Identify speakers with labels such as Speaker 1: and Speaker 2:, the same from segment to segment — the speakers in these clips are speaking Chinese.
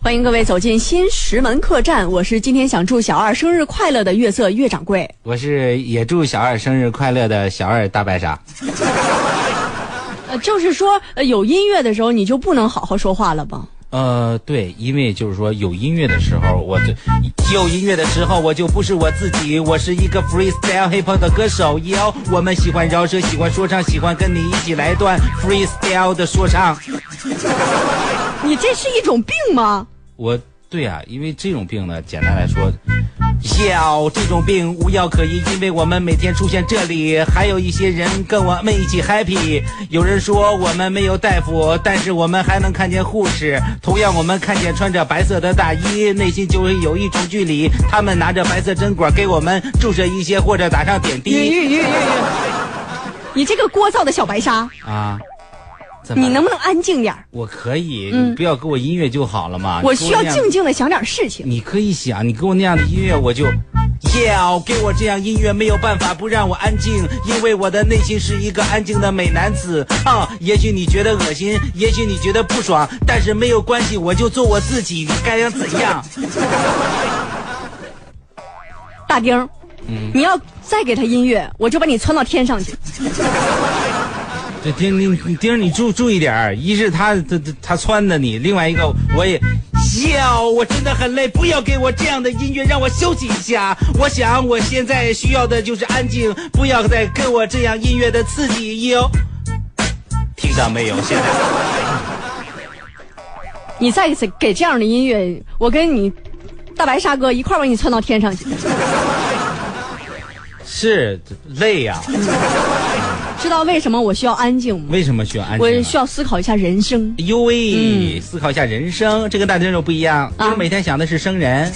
Speaker 1: 欢迎各位走进新石门客栈，我是今天想祝小二生日快乐的月色月掌柜。
Speaker 2: 我是也祝小二生日快乐的小二大白鲨。
Speaker 1: 呃，就是说、呃有音乐的时候你就不能好好说话了吧？
Speaker 2: 呃，对，因为就是说有音乐的时候，我就有音乐的时候，我就不是我自己，我是一个 freestyle hip hop 的歌手哟。我们喜欢饶舌，喜欢说唱，喜欢跟你一起来段 freestyle 的说唱。
Speaker 1: 你这是一种病吗？
Speaker 2: 我对啊，因为这种病呢，简单来说，药这种病无药可医，因为我们每天出现这里，还有一些人跟我们一起 happy。有人说我们没有大夫，但是我们还能看见护士。同样，我们看见穿着白色的大衣，内心就会有一种距离。他们拿着白色针管给我们注射一些或者打上点滴
Speaker 1: 你这个聒噪的小白鲨，
Speaker 2: 啊。怎么
Speaker 1: 你能不能安静点儿？
Speaker 2: 我可以，你不要给我音乐就好了嘛。
Speaker 1: 嗯我
Speaker 2: 你给
Speaker 1: 需要
Speaker 2: 那样
Speaker 1: 静静的想点事情。
Speaker 2: 你可以想，你给我那样的音乐，我就。要给我这样音乐没有办法不让我安静，因为我的内心是一个安静的美男子啊。也许你觉得恶心，也许你觉得不爽，但是没有关系，我就做我自己，你该想怎样？
Speaker 1: 大丁儿，你要再给他音乐，我就把你窜到天上去。
Speaker 2: 这丁丁丁，你注注意点儿，一是他他他他撺掇你，另外一个我也笑，我真的很累，不要给我这样的音乐，让我休息一下。我想我现在需要的就是安静，不要再给我这样音乐的刺激哟。听到没有？现在
Speaker 1: 你再给给这样的音乐，我跟你大白鲨哥一块儿把你窜到天上去，
Speaker 2: 是累呀、
Speaker 1: 知道为什么我需要安静吗？
Speaker 2: 为什么需要安静、
Speaker 1: 我
Speaker 2: 啊？
Speaker 1: 需要思考一下人生。
Speaker 2: 呦喂，思考一下人生，这跟大家又不一样，
Speaker 1: 啊
Speaker 2: 就是每天想的是生人。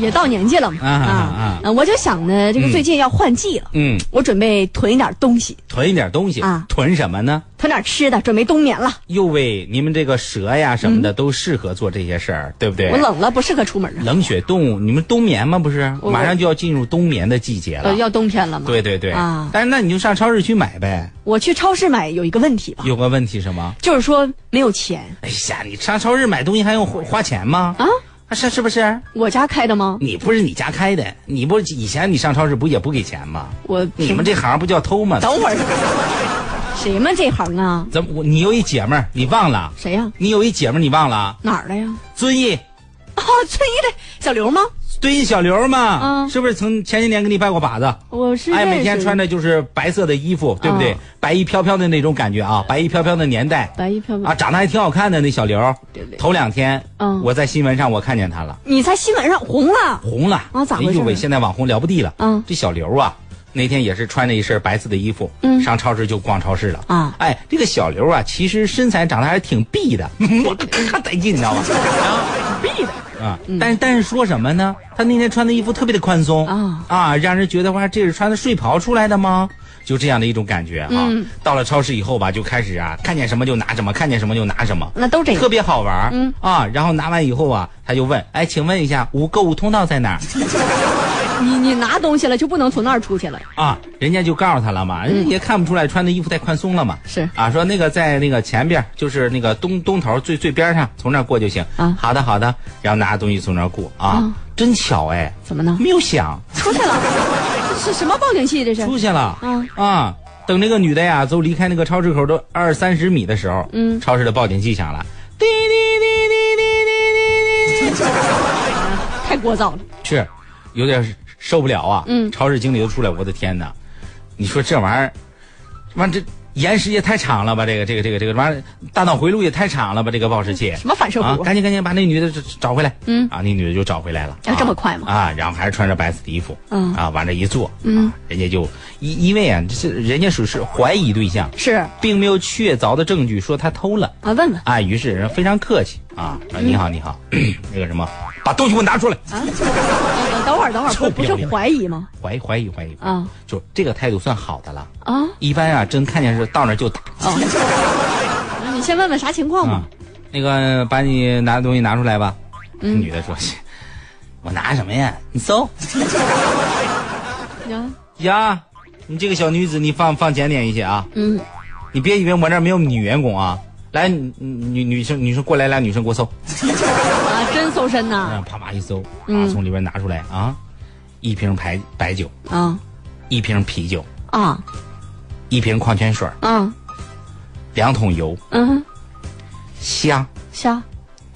Speaker 1: 也到年纪了嘛
Speaker 2: 啊啊啊
Speaker 1: 嗯我就想呢，这个最近要换季了，
Speaker 2: 嗯，
Speaker 1: 我准备囤一点东西，
Speaker 2: 囤一点东西，
Speaker 1: 啊
Speaker 2: 囤什么呢？
Speaker 1: 囤点吃的，准备冬眠了。
Speaker 2: 又为你们这个蛇呀什么的都适合做这些事儿，对不对
Speaker 1: 嗯我？冷了，不适合出门啊，
Speaker 2: 冷血动物，你们冬眠吗？不是，
Speaker 1: 我
Speaker 2: 马上就要进入冬眠的季节了
Speaker 1: 呃，。要冬天了嘛。
Speaker 2: 对对对，
Speaker 1: 啊
Speaker 2: 但是那你就上超市去买呗。
Speaker 1: 我去超市买有一个问题吧，
Speaker 2: 有个问题什么？
Speaker 1: 就是说没有钱
Speaker 2: 哎呀，你上超市买东西还用花花钱吗？
Speaker 1: 啊，
Speaker 2: 啊，是是不是？
Speaker 1: 我家开的吗？
Speaker 2: 你不是你家开的，你不是以前你上超市不也不给钱吗？
Speaker 1: 我
Speaker 2: 你们这行不叫偷吗？
Speaker 1: 等会儿，谁们这行啊？
Speaker 2: 怎么我你有一姐们儿你忘了？
Speaker 1: 谁呀、
Speaker 2: 你有一姐们儿你忘了？
Speaker 1: 哪儿的呀？
Speaker 2: 遵义，
Speaker 1: 啊，村一的小刘吗？
Speaker 2: 遵义小刘嘛，
Speaker 1: 嗯
Speaker 2: 是不是曾前些年给你拜过把子？
Speaker 1: 我是
Speaker 2: 哎，
Speaker 1: 认识
Speaker 2: 每天穿着就是白色的衣服，对不对？
Speaker 1: 啊
Speaker 2: 白衣飘飘的那种感觉
Speaker 1: 嗯
Speaker 2: 啊，白衣飘飘的年代
Speaker 1: 白衣飘飘
Speaker 2: 啊，长得还挺好看的那小刘儿
Speaker 1: 对对。
Speaker 2: 头两天，
Speaker 1: 嗯
Speaker 2: 我在新闻上我看见他了，
Speaker 1: 你在新闻上红了，
Speaker 2: 红了
Speaker 1: 啊咋回事
Speaker 2: 哎呦喂，现在网红了不地了。
Speaker 1: 嗯
Speaker 2: 这小刘啊，那天也是穿着一身白色的衣服，
Speaker 1: 嗯
Speaker 2: 上超市就逛超市了
Speaker 1: 啊
Speaker 2: 哎，这个小刘啊，其实身材长得还挺臂的， 我可带劲，你 知道吗？
Speaker 1: 必啊的。
Speaker 2: 啊，但是但是说什么呢？他那天穿的衣服特别的宽松
Speaker 1: 啊
Speaker 2: 让人觉得哇，这是穿的睡袍出来的吗？就这样的一种感觉哈、
Speaker 1: 嗯
Speaker 2: 到了超市以后吧，就开始啊，看见什么就拿什么，看见什么就拿什么，
Speaker 1: 那都这样
Speaker 2: 特别好玩儿。
Speaker 1: 嗯
Speaker 2: 啊，然后拿完以后啊，他就问，哎，请问一下，无购物通道在哪儿？
Speaker 1: 你你拿东西了就不能从那儿出去了，
Speaker 2: 啊，人家就告诉他了嘛，人家也看不出来穿的衣服太宽松了嘛。
Speaker 1: 嗯是
Speaker 2: 啊，说那个在那个前边，就是那个东东头最最边上，从那儿过就行。
Speaker 1: 啊
Speaker 2: 好的好的，然后拿着东西从那儿过啊，
Speaker 1: 啊
Speaker 2: 真巧哎，
Speaker 1: 怎么呢？
Speaker 2: 没有响，
Speaker 1: 出去了， 这是什么报警器？这是？
Speaker 2: 出去了。
Speaker 1: 啊
Speaker 2: 啊，等那个女的呀，都离开那个超市口都二三十米的时候，
Speaker 1: 嗯
Speaker 2: 超市的报警器响了，滴滴滴滴滴滴滴。
Speaker 1: 太聒噪了。
Speaker 2: 是，有点受不了啊。
Speaker 1: 嗯
Speaker 2: 超市经理都出来，我的天哪！你说这玩意儿，完这延时也太长了吧？这个这个这个这个玩意儿，大脑回路也太长了吧？这个报时器。
Speaker 1: 什么反射
Speaker 2: 啊！
Speaker 1: 弧？
Speaker 2: 赶紧赶紧把那女的找找回来。
Speaker 1: 嗯
Speaker 2: 啊，那女的就找回来了。
Speaker 1: 啊这么快吗
Speaker 2: 啊，然后还是穿着白色的衣服。
Speaker 1: 嗯
Speaker 2: 啊，往这一坐。嗯，人家就因因为啊，这是人家属是怀疑对象，
Speaker 1: 是啊，
Speaker 2: 并没有确凿的证据说他偷了。
Speaker 1: 问问
Speaker 2: 啊，于是人非常客气啊，啊你好你好， 那个什么，把东西给我拿出来。
Speaker 1: 呃等等会儿，等会儿，
Speaker 2: 臭
Speaker 1: 不
Speaker 2: 不
Speaker 1: 不
Speaker 2: 要
Speaker 1: 是
Speaker 2: 脸
Speaker 1: 怀疑吗？
Speaker 2: 怀疑怀疑怀疑
Speaker 1: 啊，
Speaker 2: 就这个态度算好的了。
Speaker 1: 啊，
Speaker 2: 一般啊，真看见是到那儿就打
Speaker 1: 那啊你先问问啥情况
Speaker 2: 啊
Speaker 1: 吧。。
Speaker 2: 那个，把你拿的东西拿出来吧。
Speaker 1: 嗯
Speaker 2: 女的说：“ 我拿什么呀？你搜
Speaker 1: 呀
Speaker 2: 呀！你这个小女子，你放放检点一些啊！
Speaker 1: 嗯，
Speaker 2: 你别以为我这儿没有女员工啊！来，女女女生女生过来，来女生给我搜，
Speaker 1: 啊，真搜身
Speaker 2: 然
Speaker 1: 呐！
Speaker 2: 后啪啪一搜，啊，
Speaker 1: 嗯
Speaker 2: 从里边拿出来啊，一瓶白白酒，
Speaker 1: 啊
Speaker 2: 一瓶啤酒，
Speaker 1: 啊
Speaker 2: 一瓶矿泉水，
Speaker 1: 啊
Speaker 2: 两桶油，
Speaker 1: 嗯，
Speaker 2: 虾、
Speaker 1: 虾、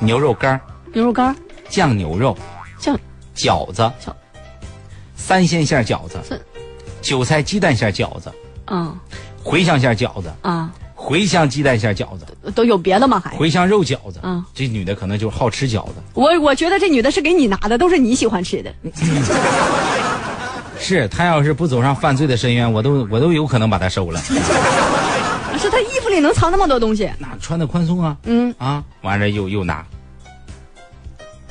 Speaker 2: 牛肉干、
Speaker 1: 牛肉干、
Speaker 2: 酱牛肉、
Speaker 1: 酱
Speaker 2: 饺子
Speaker 1: 饺、
Speaker 2: 三鲜馅饺子
Speaker 1: 三、
Speaker 2: 韭菜鸡蛋馅饺子、
Speaker 1: 啊
Speaker 2: 茴香馅饺子、
Speaker 1: 啊，
Speaker 2: 茴香鸡蛋馅饺子、
Speaker 1: 都有别的吗？还
Speaker 2: 茴香肉饺子
Speaker 1: 嗯。
Speaker 2: 这女的可能就是好吃饺子，
Speaker 1: 我我觉得这女的是给你拿的，都是你喜欢吃的。
Speaker 2: 是她要是不走上犯罪的深渊，我都我都有可能把她收 了。
Speaker 1: 啊是她衣服里能藏那么多东西？
Speaker 2: 那穿的宽松啊，
Speaker 1: 嗯
Speaker 2: 啊，完了又又拿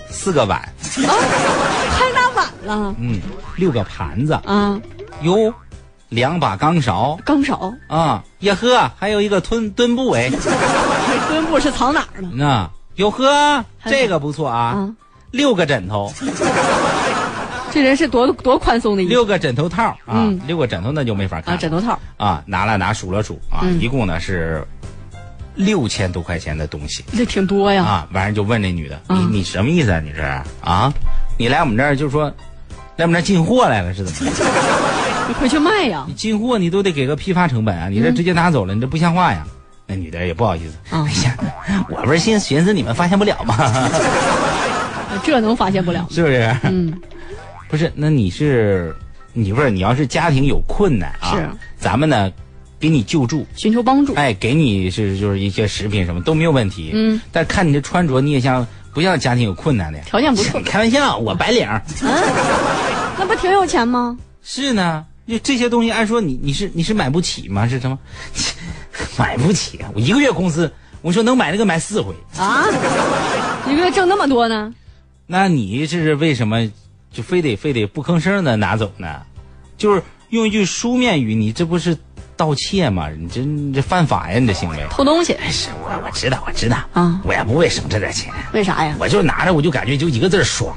Speaker 2: 四个碗，
Speaker 1: 啊，还拿碗了
Speaker 2: 嗯，六个盘子，
Speaker 1: 啊，
Speaker 2: 哟，两把钢勺
Speaker 1: 钢勺、
Speaker 2: 啊，呀呵，还有一个墩墩布 哎，
Speaker 1: 墩布是藏哪儿呢？
Speaker 2: 那哟呵，
Speaker 1: 还有
Speaker 2: 这个不错啊，
Speaker 1: 啊
Speaker 2: 六个枕头，
Speaker 1: 这人是多多宽松的一
Speaker 2: 六个枕头套啊，
Speaker 1: 嗯
Speaker 2: 六个枕头那就没法看
Speaker 1: 啊，枕头套
Speaker 2: 啊拿了拿数了数啊，
Speaker 1: 嗯
Speaker 2: 一共呢是六千多块钱的东西。
Speaker 1: 这挺多呀。
Speaker 2: 啊，完了就问那女的，
Speaker 1: 嗯
Speaker 2: 你你什么意思啊？你这是啊？你来我们这儿就说，来我们这儿进货来了是怎 么的？啊
Speaker 1: 你回去卖呀
Speaker 2: 你！进货你都得给个批发成本啊，你这直接拿走了，你这不像话呀。那女的也不好意思，
Speaker 1: 嗯
Speaker 2: 哎呀，我不是心寻思你们发现不了 吗？
Speaker 1: 啊这能发现不了
Speaker 2: 是不是？
Speaker 1: 嗯，
Speaker 2: 不是，那你是你不是你要是家庭有困难啊，
Speaker 1: 是
Speaker 2: 咱们呢给你救助，
Speaker 1: 寻求帮助。
Speaker 2: 哎，给你是就是一些食品什么都没有问题。
Speaker 1: 嗯，
Speaker 2: 但看你这穿着，你也像不像家庭有困难的呀？
Speaker 1: 条件不错
Speaker 2: 开玩笑，我白领儿。
Speaker 1: 那不挺有钱吗？
Speaker 2: 是呢，就这些东西，按说你你是你是买不起吗？是什么？ 买不起啊！我一个月工资，我说能买那个买四回。
Speaker 1: 啊，一个月挣那么多呢？
Speaker 2: 那你这是为什么就非得非得不吭声的拿走呢？就是用一句书面语，你这不是盗窃吗？你这你这犯法呀！你这行为。
Speaker 1: 偷东西
Speaker 2: 哎，是我我知道我知道
Speaker 1: 啊
Speaker 2: 我也不会省这点钱，
Speaker 1: 为啥呀？
Speaker 2: 我就拿着我就感觉就一个字儿爽。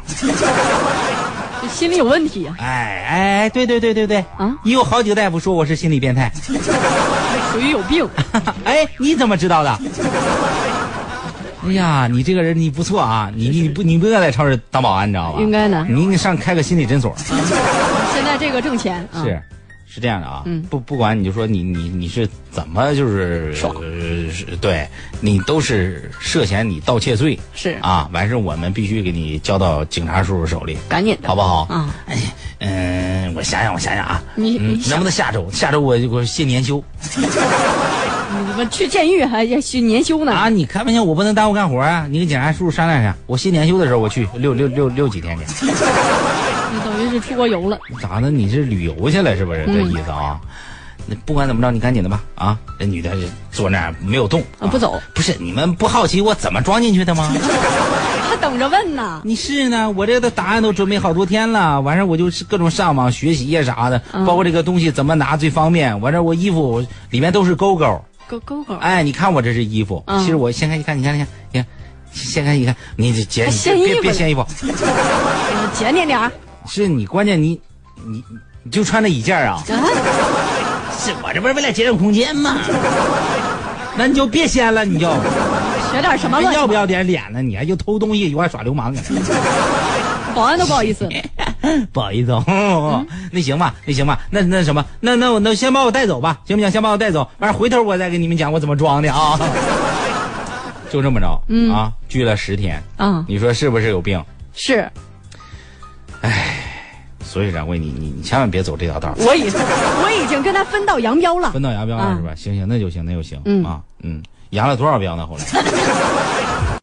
Speaker 1: 这心里有问题呀、
Speaker 2: 哎哎哎，对对对对对
Speaker 1: 啊
Speaker 2: 也有好几个大夫说我是心理变态。
Speaker 1: 属于有病。
Speaker 2: 哎，你怎么知道的？哎呀，你这个人你不错啊，你你不你不应该在超市当保安，你知道吧？
Speaker 1: 应该的
Speaker 2: 你应该上开个心理诊所。
Speaker 1: 现在这个挣钱啊，
Speaker 2: 是，是这样的啊。
Speaker 1: 嗯
Speaker 2: 不不管你就说你你你是怎么就是
Speaker 1: 爽
Speaker 2: 呃是对你都是涉嫌你盗窃罪
Speaker 1: 是
Speaker 2: 啊，完事我们必须给你交到警察叔叔手里，
Speaker 1: 赶紧的
Speaker 2: 好不好？
Speaker 1: 啊！
Speaker 2: 哎，嗯，我想想，我想想啊，
Speaker 1: 你
Speaker 2: 嗯
Speaker 1: 你，
Speaker 2: 能
Speaker 1: 想
Speaker 2: 不能下周？下周我我歇年休。
Speaker 1: 你们去监狱还要去年休呢？
Speaker 2: 啊，你开玩笑，我不能耽误干活啊！你跟警察叔叔商量商量，我新年休的时候我去溜溜溜溜几天去。
Speaker 1: 你等于是出国游了，
Speaker 2: 咋的？你是旅游去了是不是？这
Speaker 1: 嗯
Speaker 2: 意思啊？那不管怎么着，你赶紧的吧啊！那女的是坐那儿没有动
Speaker 1: 啊不走
Speaker 2: 不是你们不好奇我怎么装进去的 吗？
Speaker 1: 还等着问呢。
Speaker 2: 你是呢？我这个答案都准备好多天了，完事儿我就是各种上网学习呀啥的，
Speaker 1: 嗯
Speaker 2: 包括这个东西怎么拿最方便。完事儿我衣服里面都是勾勾，
Speaker 1: 勾勾勾，
Speaker 2: 哎，你看我这是衣服，
Speaker 1: 嗯
Speaker 2: 其实我先看一看，你看，你看，你看，先看一看，你这姐，
Speaker 1: 还
Speaker 2: 你
Speaker 1: 掀
Speaker 2: 别
Speaker 1: 衣
Speaker 2: 别
Speaker 1: 服
Speaker 2: 别
Speaker 1: 呢
Speaker 2: 掀衣 服，
Speaker 1: 你检点点儿。
Speaker 2: 是你关键你你你就穿这一件啊？
Speaker 1: 啊，
Speaker 2: 是我这不是为了节省空间吗？ 那你就别掀了，你就
Speaker 1: 学点什么
Speaker 2: 还
Speaker 1: 乱七
Speaker 2: 哎
Speaker 1: 八
Speaker 2: 要不要点脸呢？你还就偷东西，又还耍流氓呢？啊
Speaker 1: 糟？保安都不好意思了。
Speaker 2: 哎不好意思
Speaker 1: 嗯
Speaker 2: 哦，那行吧，那行吧，那那什么，那那我那先把我带走吧，行不行？先把我带走，完回头我再跟你们讲我怎么装的啊。 就这么着，
Speaker 1: 嗯
Speaker 2: 啊，拘了十天，
Speaker 1: 啊，
Speaker 2: 你说是不是有病？
Speaker 1: 是
Speaker 2: 所以掌柜，你你你千万别走这条道儿，
Speaker 1: 我已我已经跟他分道扬镳了。
Speaker 2: 分道扬镳了
Speaker 1: 啊
Speaker 2: 是吧？行行，那就行，那就行
Speaker 1: 嗯
Speaker 2: 啊，嗯，扬了多少标呢？后来